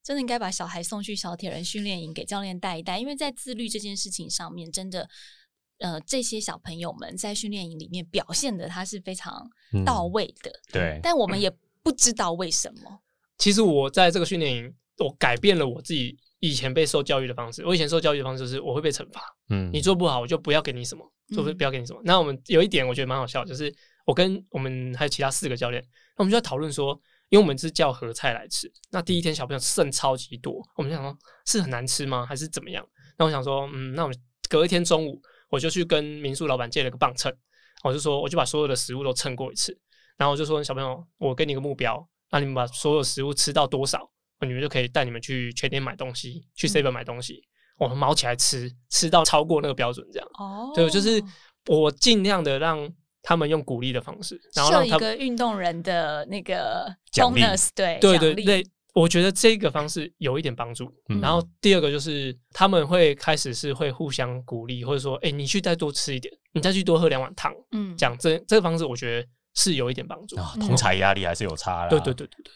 真的应该把小孩送去小铁人训练营给教练带一带，因为在自律这件事情上面，真的，呃，这些小朋友们在训练营里面表现的他是非常嗯到位的，对，但我嗯们也不知道为什么。其实我在这个训练营，我改变了我自己以前被受教育的方式。我以前受教育的方式就是我会被惩罚，嗯，你做不好我就不要给你什么，做不嗯不要给你什么。那我们有一点我觉得蛮好笑，就是我跟我们还有其他四个教练，那我们就在讨论说，因为我们是叫合菜来吃，那第一天小朋友剩超级多，我们就想说是很难吃吗，还是怎么样？那我想说，嗯，那我们隔一天中午我就去跟民宿老板借了个磅秤，我就说我就把所有的食物都称过一次，然后我就说小朋友，我给你个目标，那你们把所有食物吃到多少，你们就可以带你们去全店买东西，去嗯 seven 买东西。我们毛起来吃，吃到超过那个标准，这样。哦对，就是我尽量的让他们用鼓励的方式，然后设让一他们个运动人的那个奖励 bonus，对对对奖励对，我觉得这个方式有一点帮助。嗯然后第二个就是他们会开始是会互相鼓励，或者说，哎，你去再多吃一点，你再去多喝两碗汤，嗯，讲这这个方式，我觉得是有一点帮助。啊，嗯同才压力还是有差啦。对对对对对，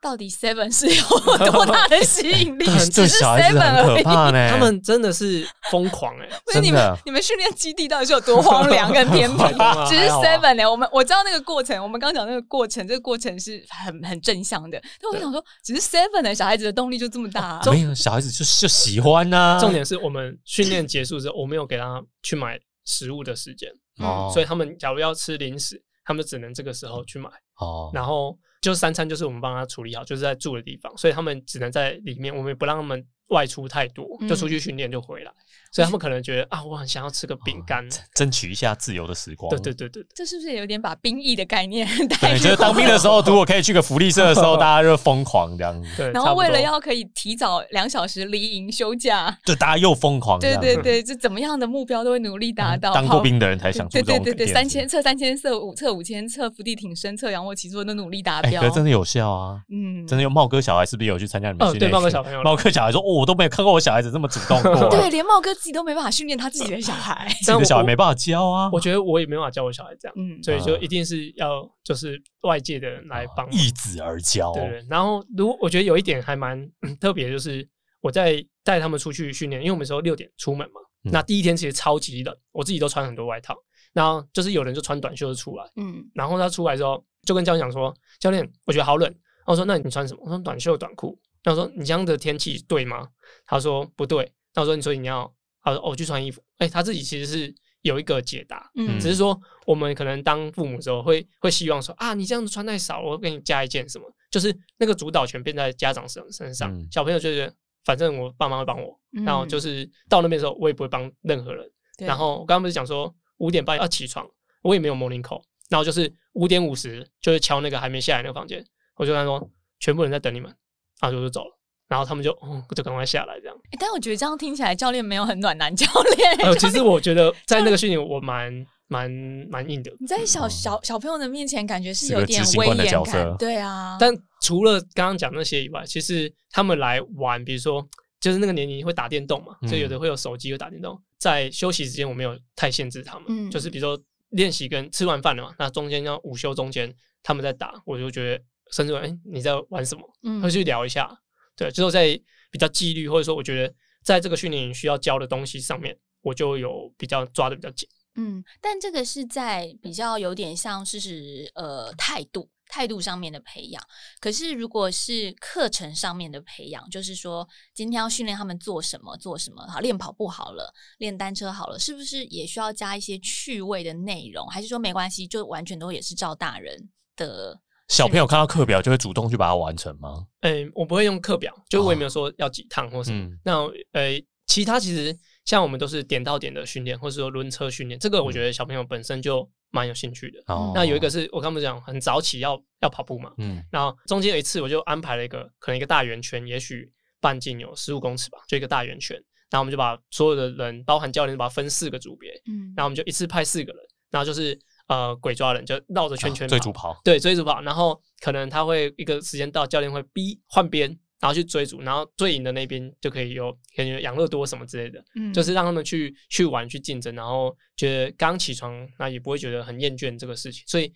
到底 Seven 是有多大的吸引力？但只 对是小孩子 Seven 很而可已。怕呢。他们真的是疯狂哎、不是你真们的你们训练基地到底是有多荒凉跟偏僻 还好啊？只是还好啊 Seven 欸呢，我们我知道那个过程，我们刚讲那个过程，这个过程是很很正向的。但我对想说，只是 Seven 欸的小孩子的动力就这么大啊、哦没有小孩子就就喜欢啊呐。重点是我们训练结束之后，我没有给他去买食物的时间，哦，嗯所以他们假如要吃零食，他们只能这个时候去买。哦，然后就三餐就是我们帮他处理好，就是在住的地方，所以他们只能在里面，我们也不让他们外出太多，就嗯出去训练就回来。所以他们可能觉得啊，我很想要吃个饼干。哦争取一下自由的时光。对对对对，对这是不是有点把兵役的概念带对，入？就是当兵 的时候，如果可以去个福利社的 时候，大家就疯狂这样子，对，然差后不为了多要可以提早两小时离营休假，就大家又疯狂这对样子。对对，这怎么样的目标都会努力达到。嗯 当跑过兵的人才想出对这对种对对，点子三千测三千测五测五千测伏地挺身测仰卧起坐都努力达哎，标。可是真的有效啊！嗯，真的有茂哥小孩是不是有去参加你们哦训练对营？茂哥小朋友茂哥小孩说：“哦，我都没有看过我小孩子这么主 动过。”啊对，，连茂哥自己都没办法训练他自己的小 孩。自己的小孩没办法教啊。我觉得我也没办法教我小孩这样，嗯，所以就一定是要就是外界的人啊来帮忙。易子而教，对对，然后如果我觉得有一点还蛮、嗯特别，就是我在带他们出去训练，因为我们说六点出门嘛，嗯那第一天其实超级冷，我自己都穿很多外套，然后就是有人就穿短袖就出来，嗯，然后他出来之后就跟教练讲说：“教练，我觉得好冷。”然后我说：“那你穿什么？”我说：“短袖短裤。”他说：“你这样的天气对吗？”他说：“不对。”那我说：“你说你要……”他说：“哦，我去穿衣服。”哎，他自己其实是有一个解答，嗯只是说我们可能当父母之后会会希望说啊，你这样子穿太少，我给你加一件什么，就是那个主导权变在家长身身上，嗯小朋友就觉得反正我爸妈会帮我，嗯然后就是到那边的时候我也不会帮任何人。对然后我刚刚不是讲说五点半要起床，我也没有 morning call，然后就是五点五十就是敲那个还没下来那个房间，我就跟他说全部人在等你们，然后我就走了，然后他们就哦就赶快下来这样。诶哎但我觉得这样听起来教练没有很暖男教练。哎呃，其实我觉得在那个训练我蛮蛮蛮硬的， 你在小小小朋友的面前，感觉是哦是有个点执行威官的严角色感，对啊。但除了刚刚讲那些以外，其实他们来玩，比如说就是那个年龄会打电动嘛，嗯所以有的会有手机，有打电动。在休息时间我没有太限制他们，嗯就是比如说练习跟吃完饭了嘛，那中间要午休中间他们在打，我就觉得甚至哎、诶你在玩什么，嗯会去聊一下。对，之后在比较纪律或者说我觉得在这个训练营需要教的东西上面，我就有比较抓的比较紧。嗯，但这个是在比较有点像是指呃态度态度上面的培养。可是如果是课程上面的培养，就是说今天要训练他们做什么做什么，好练跑步好了，练单车好了，是不是也需要加一些趣味的内容？还是说没关系，就完全都也是照大人的？小朋友看到课表就会主动去把它完成吗？嗯，我不会用课表，就我也没有说要几趟或什么。嗯，那呃，其他其实像我们都是点到点的训练，或是说轮车训练，这个我觉得小朋友本身就蛮有兴趣的。哦那有一个，是我刚不是讲很早起要要跑步嘛，嗯，然后中间有一次我就安排了一个可能一个大圆圈，也许半径有十五公尺吧，就一个大圆圈。然后我们就把所有的人，包含教练，把它分四个组别，嗯然后我们就一次派四个人，然后就是呃鬼抓人，就绕着圈圈跑、啊追逐跑，对，追逐跑，然后可能他会一个时间到，教练会逼换边，然后去追逐，然后最赢的那边就可以有可能有养乐多什么之类的，嗯就是让他们去去玩去竞争，然后觉得刚起床那也不会觉得很厌倦这个事情，所以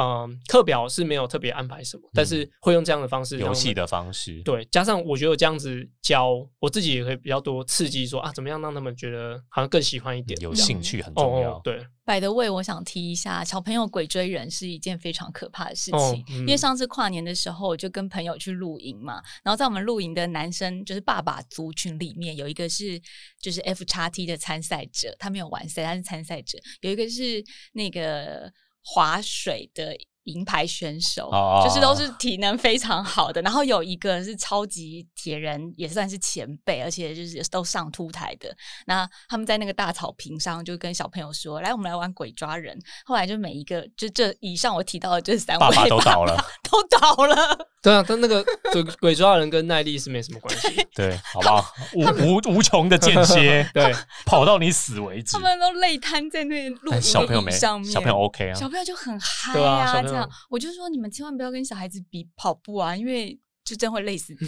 嗯，课表是没有特别安排什么，但是会用这样的方式让嗯游我戏们的方式，对，加上我觉得这样子教我自己也会比较多刺激说啊，怎么样让他们觉得好像更喜欢一点，有这样兴趣嗯很哦重要哦，。对， by the way，我想提一下，小朋友鬼追人是一件非常可怕的事情，哦嗯因为上次跨年的时候，我就跟朋友去露营嘛，然后在我们露营的男生就是爸爸族群里面，有一个是就是 F 叉 T 的参赛者，他没有完赛，他是参赛者，有一个是那个划水的。银牌选手哦就是都是体能非常好的，然后有一个是超级铁人，也算是前辈，而且就是都上凸台的。那他们在那个大草坪上就跟小朋友说：“来，我们来玩鬼抓人。”后来就每一个，就这以上我提到的这三位爸爸都倒了，都倒了。对啊，但那个 鬼鬼抓人跟耐力是没什么关系，，对，好不好？无无无穷的间歇 对， 跑到你死为止他。们都累瘫在那录但影小朋友没，上面，小朋友 OK 啊。小，朋友就很嗨对啊小朋这友样我就说你们千万不要跟小孩子比跑步啊，因为就真会累死自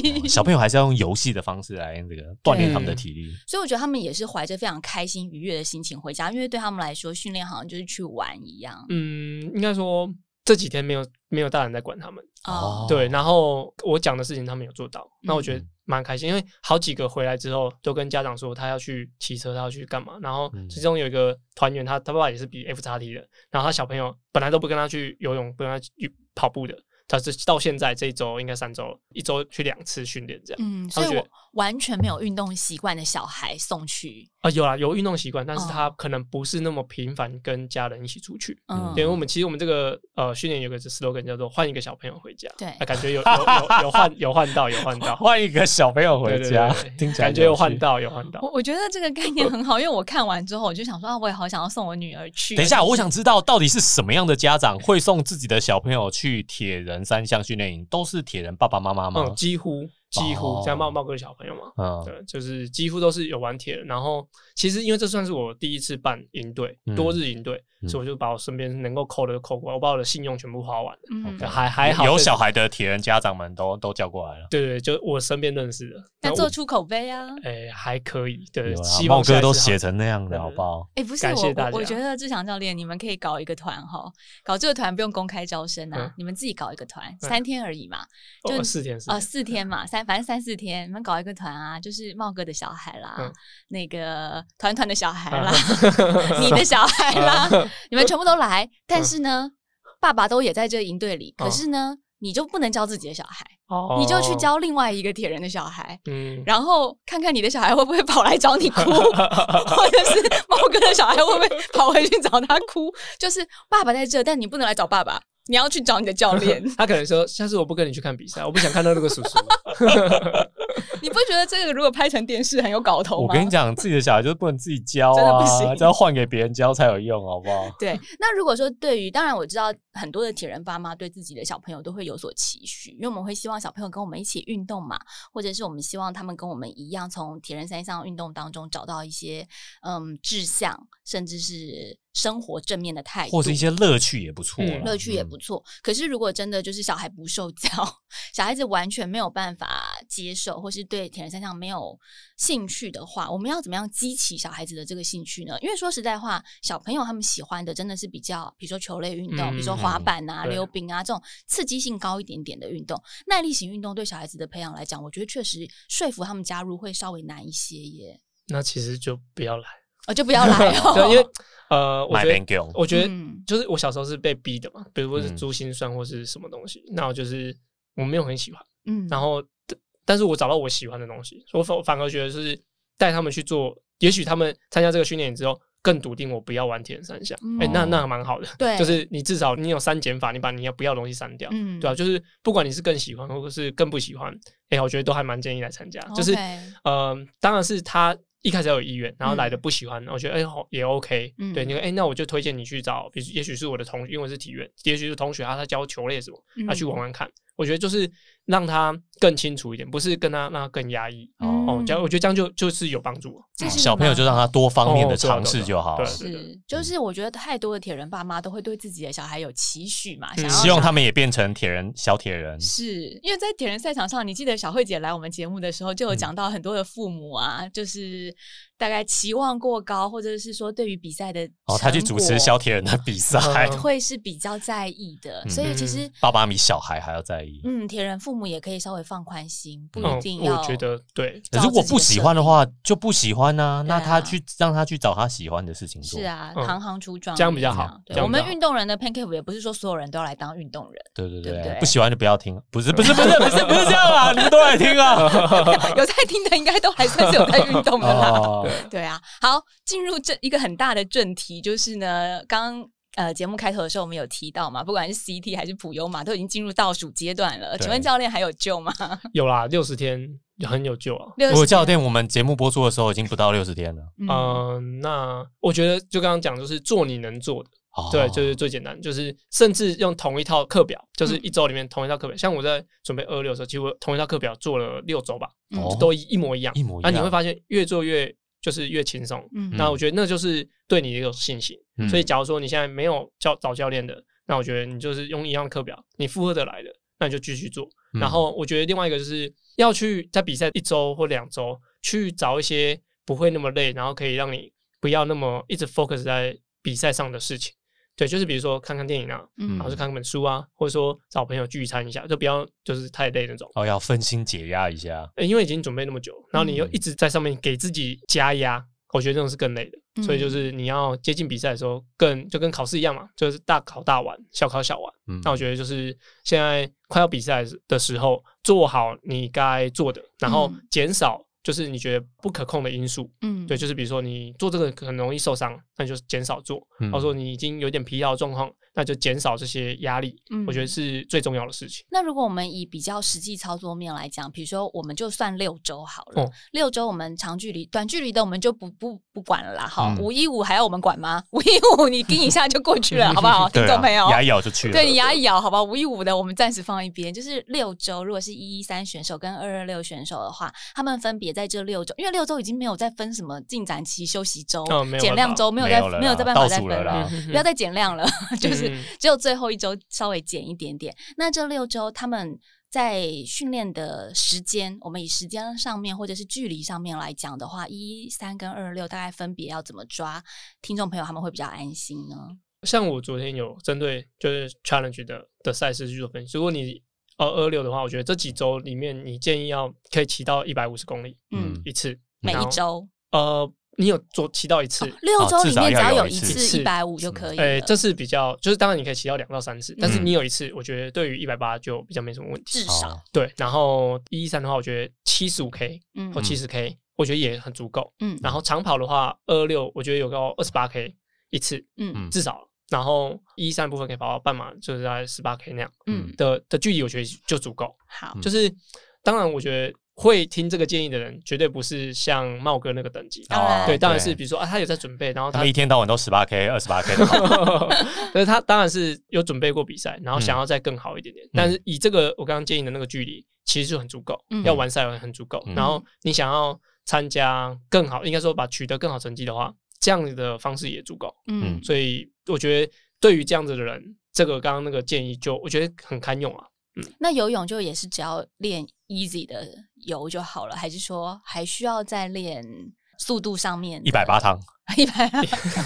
己 小朋友还是要用游戏的方式来这个锻炼他们的体力。所以我觉得他们也是怀着非常开心愉悦的心情回家，因为对他们来说，训练好像就是去玩一样。嗯，应该说这几天没有没有大人在管他们，哦对，然后我讲的事情他们有做到，那我觉得嗯蛮开心，因为好几个回来之后都跟家长说他要去骑车，他要去干嘛，然后嗯其中有一个团员他他爸爸也是比 F 叉 T 的，然后他小朋友本来都不跟他去游泳，不跟他去跑步的，他是到现在这一周应该三周了，一周去两次训练这样。嗯，他所们以觉我得完全没有运动习惯的小孩送去，啊、有啦，有运动习惯，但是哦他可能不是那么频繁跟家人一起出去。嗯，对，因为我们其实我们这个呃训练有个 slogan 叫做“换一个小朋友回家”，对啊感 觉有有有有换有换到有换到， 换一个小朋友回对对家 对，听起来感觉有趣换。到有换到我。我觉得这个概 念很好，因为我看完之后，我就想说啊，我也好想要送我女儿去。等一下，我想知道到底是什么样的家长会送自己的小朋友去铁人三项训练营？都是铁人爸爸妈妈吗嗯，？几乎几乎哦，像茂茂哥的小朋友嘛，嗯，对，就是几乎都是有玩铁的。然后其实因为这算是我第一次办营队嗯，多日营队，嗯所以我就把我身边能够扣的都扣过来，我把我的信用全部花完了。嗯对，还还好有有这小孩的铁人家长们都都叫过来了。对对，对就我身边认识的，那我做出口碑啊！哎还可以，对，有啦啊希茂望哥都下一写次好成那样的，好不好？哎、不是感我谢大，家我我觉得志强教练，你们可以搞一个团哈，搞这个团不用公开招生啊，嗯你们自己搞一个团，嗯三天而已嘛，就哦四天四啊、天四天嘛，三反正三四天，你们搞一个团啊，就是茂哥的小孩啦，嗯那个团团的小孩啦，啊你的小孩啦，啊你们全部都来，但是呢，爸爸都也在这营队里，可嗯是呢，你就不能教自己的小孩， 哦你就去教另外一个铁人的小孩，嗯，然后看看你的小孩会不会跑来找你 哭，或者是猫哥的小孩会不会跑回去找他哭。就是爸爸在这，但你不能来找爸爸，你要去找你的教练。 他可能说：“下次我不跟你去看比赛，我不想看到那个叔叔。你不觉得这个如果拍成电视很有搞头我吗？跟你讲，自己的小孩就是不能自己教真的不啊，行这要换给别人教才有用，好不好？对，那如果说对于，当然我知道很多的铁人爸妈对自己的小朋友都会有所期许，因为我们会希望小朋友跟我们一起运动嘛，或者是我们希望他们跟我们一样，从铁人三项运动当中找到一些嗯志向，甚至是生活正面的态度，或是一些乐趣也不错啦，嗯乐趣也不嗯错。可是如果真的就是小孩不受教，小孩子完全没有办法接受，或是对铁人三项没有兴趣的话，我们要怎么样激起小孩子的这个兴趣呢？因为说实在话，小朋友他们喜欢的真的是比较，比如说球类运动，比如说嗯滑板啊、对溜冰啊这种刺激性高一点点的运动。耐力型运动对小孩子的培养来讲，我觉得确实说服他们加入会稍微难一些耶。”那其实就不要来，哦，就不要来 哦，对，因为呃，我买觉得 Ben g i l 我觉得嗯就是我小时候是被逼的嘛，比如说是嗯珠心算或是什么东西，那我就是我没有很喜欢，嗯，然后但但是我找到我喜欢的东西，所以我反反而觉得就是带他们去做，也许他们参加这个训练营之后更笃定我不要玩铁人三项，哎、嗯那那蛮好的，对就是你至少你有删减法，你把你要不要的东西删掉，嗯，对啊，就是不管你是更喜欢或者是更不喜欢，哎、我觉得都还蛮建议来参加。就是 OK，呃，当然是他一开始要有意愿，然后来的嗯不喜欢，我觉得哎、好也 OK，、嗯对，你说哎、那我就推荐你去找，比如也许是我的同，因为我是体院，也许是同学啊，他教球类什么，他、去嗯玩玩看。我觉得就是让他更清楚一点，不是跟他让他更压抑。哦，这样我觉得这样就就是有帮助了。嗯这是小朋友就让他多方面的哦对啊尝试就好对了啊。对啊对啊是，就是我觉得太多的铁人爸妈都会对自己的小孩有期许嘛，想要嗯希望小他们也变成铁人小铁人。是因为在嗯铁人赛场上，你记得小慧姐来我们节目的时候，就有讲到很多的父母啊，就是大概期望过高，或者是说对于比赛的哦，他去成主持果小铁人的比赛，嗯会是比较在意的，嗯所以其实。爸爸比小孩还要在意。嗯，铁人父母也可以稍微放宽心，不嗯一定，要。我觉 得对，照如果自己不的喜设欢的定话，就不喜欢呐、对那他啊去让他去找他喜欢的事情做。是，啊，嗯行行出状元，这样比较好对这样我比较们好运动人的 pancake 也不是说所有人都要来当运动人，对对对不对，对不喜欢就不要听。不是不是不是不是不是这样啊！你们都来听啊！ 有在听的应该都还算是有在运动的啦。 哦，对啊，好，进入这一个很大的正题，就是呢，刚。呃，节目开头的时候我们有提到嘛，不管是 CT 还是普悠玛，都已经进入倒数阶段了。对请问教练还有救吗？有啦，六十天很有救啊。六我十教练，我呃们节目播出的时候已经不到六十天了。嗯嗯，那我觉得就刚刚讲，就是做你能做的，哦对，就是最简单，就是甚至用同一套课表，就是嗯一周里面同一套课表。像我在准备二六的时候，其实我同一套课表做了六周吧，嗯哦都一模一样。一模一那样。你会发现越做越就是越轻松。嗯那我觉得那就是对你有信心。嗯所以假如说你现在没有教找教练的，那我觉得你就是用一样课表，你负荷得来的，那你就继续做。嗯然后我觉得另外一个就是要去在比赛一周或两周去找一些不会那么累，然后可以让你不要那么一直 focus 在比赛上的事情。对，就是比如说看看电影啊，嗯然后就看本书啊，或者说找朋友聚餐一下，就不要就是太累那种。哦，要分心解压一下。呃因为已经准备那么久，然后你又嗯一直在上面给自己加压，我觉得这种是更累的。嗯所以就是你要接近比赛的时候，更就跟考试一样嘛，就是大考大玩，小考小玩。嗯，那我觉得就是现在快要比赛的时候，做好你该做的，然后嗯减少就是你觉得不可控的因素。嗯对，就是比如说你做这个很容易受伤，那你就减少做；嗯或者说你已经有点疲劳的状况，那就减少这些压力。嗯我觉得是最重要的事情。那如果我们以比较实际操作面来讲，比如说我们就算六周好了，哦六周我们长距离、短距离的我们就不不不管了啦。哈嗯，五一五还要我们管吗？五一五你盯一下就过去 了，好不好，听对众啊朋友？牙一咬就去了。对你牙一咬，好吧，五一五的我们暂时放一边。就是六周，如果是一一三选手跟二二六选手的话，他们分别在这六周，因为六周已经没有再分什么进展期、休息周、哦没有减办量法周，没有没再有了没有啦再办法倒再数分了啦了，嗯啊 不要再减量了，就是嗯只有最后一周稍微减一点点。那这六周他们在训练的时间，我们以时间上面或者是距离上面来讲的话，一三跟二六大概分别要怎么抓？听众朋友他们会比较安心呢？像我昨天有针对就是 challenge 的的赛事去做分析，如果你二二六的话，我觉得这几周里面你建议要可以骑到一百五十公里嗯，嗯一次，每然一后周呃，你有做骑到一次，六周里面只要有哦至少要有一一次次一百五就可以了。哎、这是比较就是当然你可以骑到两到三次，但是嗯你有一次，我觉得对于一百八就比较没什么问题。至少哦对，然后一三的话，我觉得七十五 k 嗯或七十 k，我觉得也很足够。嗯然后长跑的话，二六我觉得有到二十八 k 一次嗯嗯至少，然后一三部分可以跑到半马，就是大概十八 k 那样。嗯，的的距离，我觉得就足够。好嗯就是当然，我觉得会听这个建议的人，绝对不是像茂哥那个等级。当然对，当然是比如说啊，他有在准备，然后哦他他们一，天到晚都十八 k、二十八 k 的跑。但是他当然是有准备过比赛，嗯然后想要再更好一点点。但是以这个我刚刚建议的那个距离，其实就很足够，嗯要完赛完很足够。嗯然后你想要参加更好，应该说把取得更好成绩的话，这样的方式也足够。嗯所以我觉得对于这样子的人，这个刚刚那个建议就我觉得很堪用啊。那游泳就也是只要练 easy 的游就好了，还是说还需要再练速度上面一百八趟， 一百 八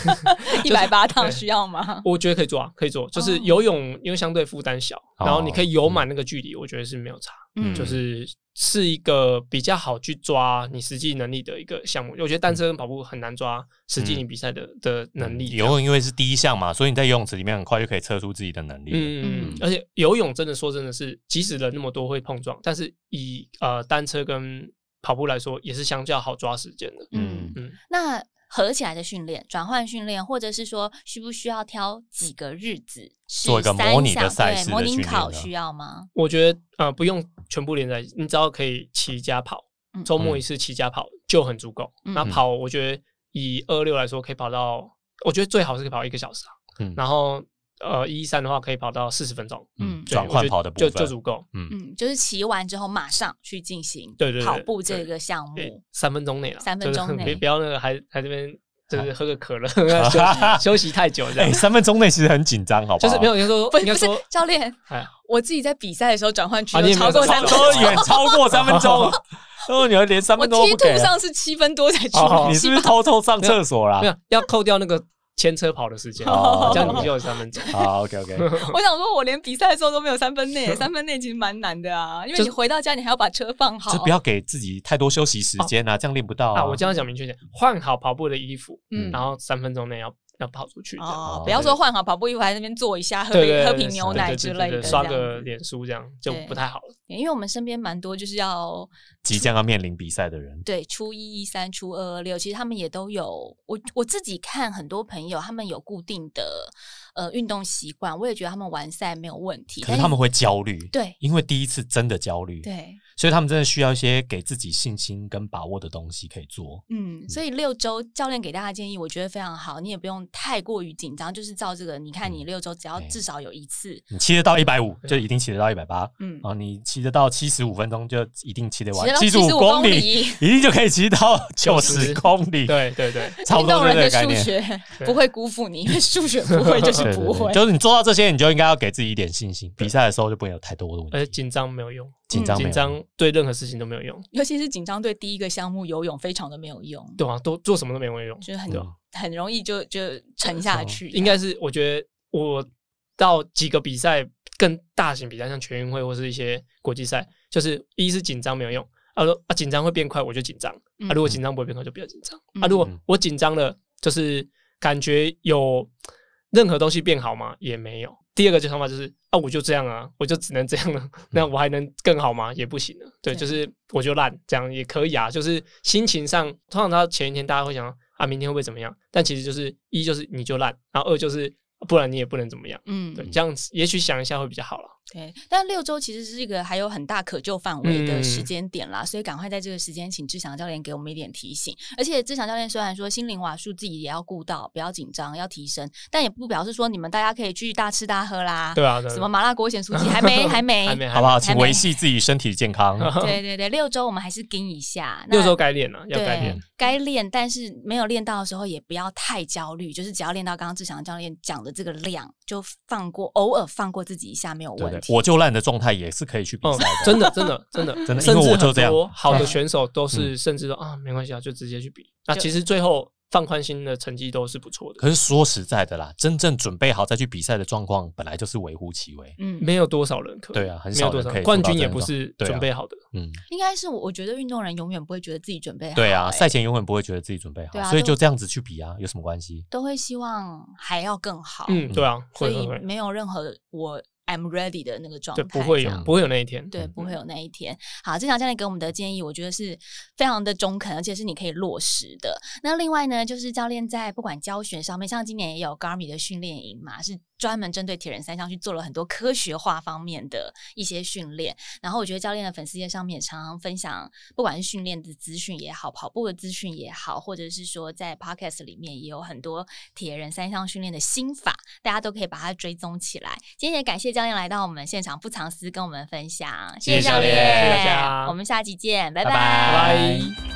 一百八趟需要吗？我觉得可以做啊，可以做，就是哦游泳，因为相对负担小，然后你可以游哦满那个距离，我觉得是没有差，嗯就是是一个比较好去抓你实际能力的一个项目。我觉得嗯单车跟跑步很难抓实际你比赛的的能力。游泳因为是第一项嘛，所以你在游泳池里面很快就可以测出自己的能力了。嗯，嗯而且游泳真的说真的是，即使人那么多会碰撞，但是以呃单车跟跑步来说，也是相较好抓时间的。嗯，嗯，那合起来的训练、转换训练，或者是说需不需要挑几个日子是做一个三模拟的项赛对事的模训拟练考呢需要吗？我觉得呃不用全部连在一起，你只要可以骑加跑嗯，周末一次骑加跑就很足够。嗯那跑我觉得以二六来说，可以跑到我觉得最好是可以跑一个小时啊。嗯然后呃一三的话可以跑到四十分钟，嗯嗯，对转我觉换得跑的部就分就足够。嗯，就是骑完之后马上去进行对对对跑步这对个项哦目。诶三分钟内了，三分就是钟内别不要那个还还这 边就是喝个可乐 休息休息太久这哎、样，三分钟内其实很紧张，好不就好？是没有应该不说应是该不是 说教练，哎呀我自己在比赛的时候转换区啊你都也没超有过在三 超分跑 钟，超远超过三分钟，然后你要连三我分钟都梯不给度啊，上是七分多才出哦门，你是不是偷偷上厕所啦没？有要扣掉那个牵车跑的时间，哦这样 你就有三分钟。好，OK OK， 我想说，我连比赛的时候都没有三分内，三分内其实蛮难的啊，因为就你回到家你还要把车放好就，不要给自己太多休息时间啊，这样练不到啊，我这样讲明确一点，换好跑步的衣服，嗯然后三分钟内要要跑出去，这样哦哦，不要说换好跑步衣服，还在那边坐一下，喝对对杯对喝对瓶牛对奶对之对类对的，刷这个样子脸书这样就对不太好了。因为我们身边蛮多就是要即将要面临比赛的人，对，初一、一三、初二、二六，其实他们也都有。我我自己看很多朋友，他们有固定的呃运动习惯，我也觉得他们完赛没有问题。可但是他们会焦虑，对因为第一次真的焦虑，对，所以他们真的需要一些给自己信心跟把握的东西可以做。嗯，所以六周教练给大家建议，我觉得非常好，你也不用太过于紧张，就是照这个。你看，你六周只要哎至少有一次，你骑得到一百五，就一定骑得到一百八。嗯，啊，你骑得到七十五分钟，就一定骑得骑得完到七十75公公里，里 一定就可以骑到九十90公里，对对对，差不运多动就人这的个概数念。学 对不会辜负你，因为数学不会就是对对不对，会。 就是你做到这些，你就应该要给自己一点信心。比赛的时候就不会有太多的而且问题，紧张没有用，紧张没有紧张对任何事情都没有用，尤其是紧张对第一个项目游泳非常的没有用。对啊，都做什么都没有用。就是很对啊很容易就就沉下去。嗯应该是我觉得我到几个比赛更大型比赛，像全运会或是一些国际赛，就是一是紧张没有用，啊说啊紧张会变快，我就紧张嗯啊，如果紧张不会变快，就不要紧张嗯啊，如果我紧张了，就是感觉有任何东西变好吗？也没有。第二个就想法就是啊，我就这样啊，我就只能这样了， 那我还能更好吗？也不行了。对，对就是我就烂，这样也可以啊。就是心情上，通常到前一天大家会想啊，明天会不会怎么样？但其实就是一就是你就烂，然后二就是不然你也不能怎么样。嗯对，这样子也许想一下会比较好了。对，但六周其实是一个还有很大可救范围的嗯时间点啦，所以赶快在这个时间请志强教练给我们一点提醒。而且志强教练虽然说心灵瓦数自己也要顾到，不要紧张，要提升，但也不表示说你们大家可以去大吃大喝啦，对啊，对啊什么麻辣锅、咸酥鸡还没还没 还没，好不好？还请维系自己身体的健康。嗯对对对，六周我们还是跟一下，没六那周该练了，啊要该练对。，该练，但是没有练到的时候也不要太焦虑，就是只要练到刚刚志强教练讲的这个量，就放过，偶尔放过自己一下没有对问对，题。我就烂的状态也是可以去比 嗯赛，的。真的，真的，真的， 真的甚因为至我就这样嗯很多好的选手都是，甚至说啊，没关系啊，就直接去比。那就其实最后放宽心的成绩都是不错的，可是说实在的啦，真正准备好再去比赛的状况，本来就是微乎其微。嗯，没有多少人可以对啊很没少有多人少可以做到冠军也这样不是对啊准备好的，嗯，应该是我，我觉得运动人永远不会觉得自己准备好、对啊，欸赛前永远不会觉得自己准备好对，啊所以就就这样子去比啊，有什么关系？都会希望还要更好，嗯，对啊，所会以会会，没有任何我 I'm ready 的那个状态，对，不会这有样不会有那一天，对，不会嗯有那一天。好，志强教练给我们的建议，我觉得是非常的中肯，而且是你可以落实的。那另外呢，就是教练在不管教学上面，像今年也有 Garmi 的训练营嘛，是专门针对铁人三项去做了很多科学化方面的一些训练。然后我觉得教练的粉丝页上面也常常分享，不管是训练的资讯也好，跑步的资讯也好，或者是说在 Podcast 里面也有很多铁人三项训练的心法，大家都可以把它追踪起来。今天也感谢教练来到我们现场不藏私跟我们分享，谢谢谢教教练练，谢谢大家我们下期见，拜拜拜拜拜。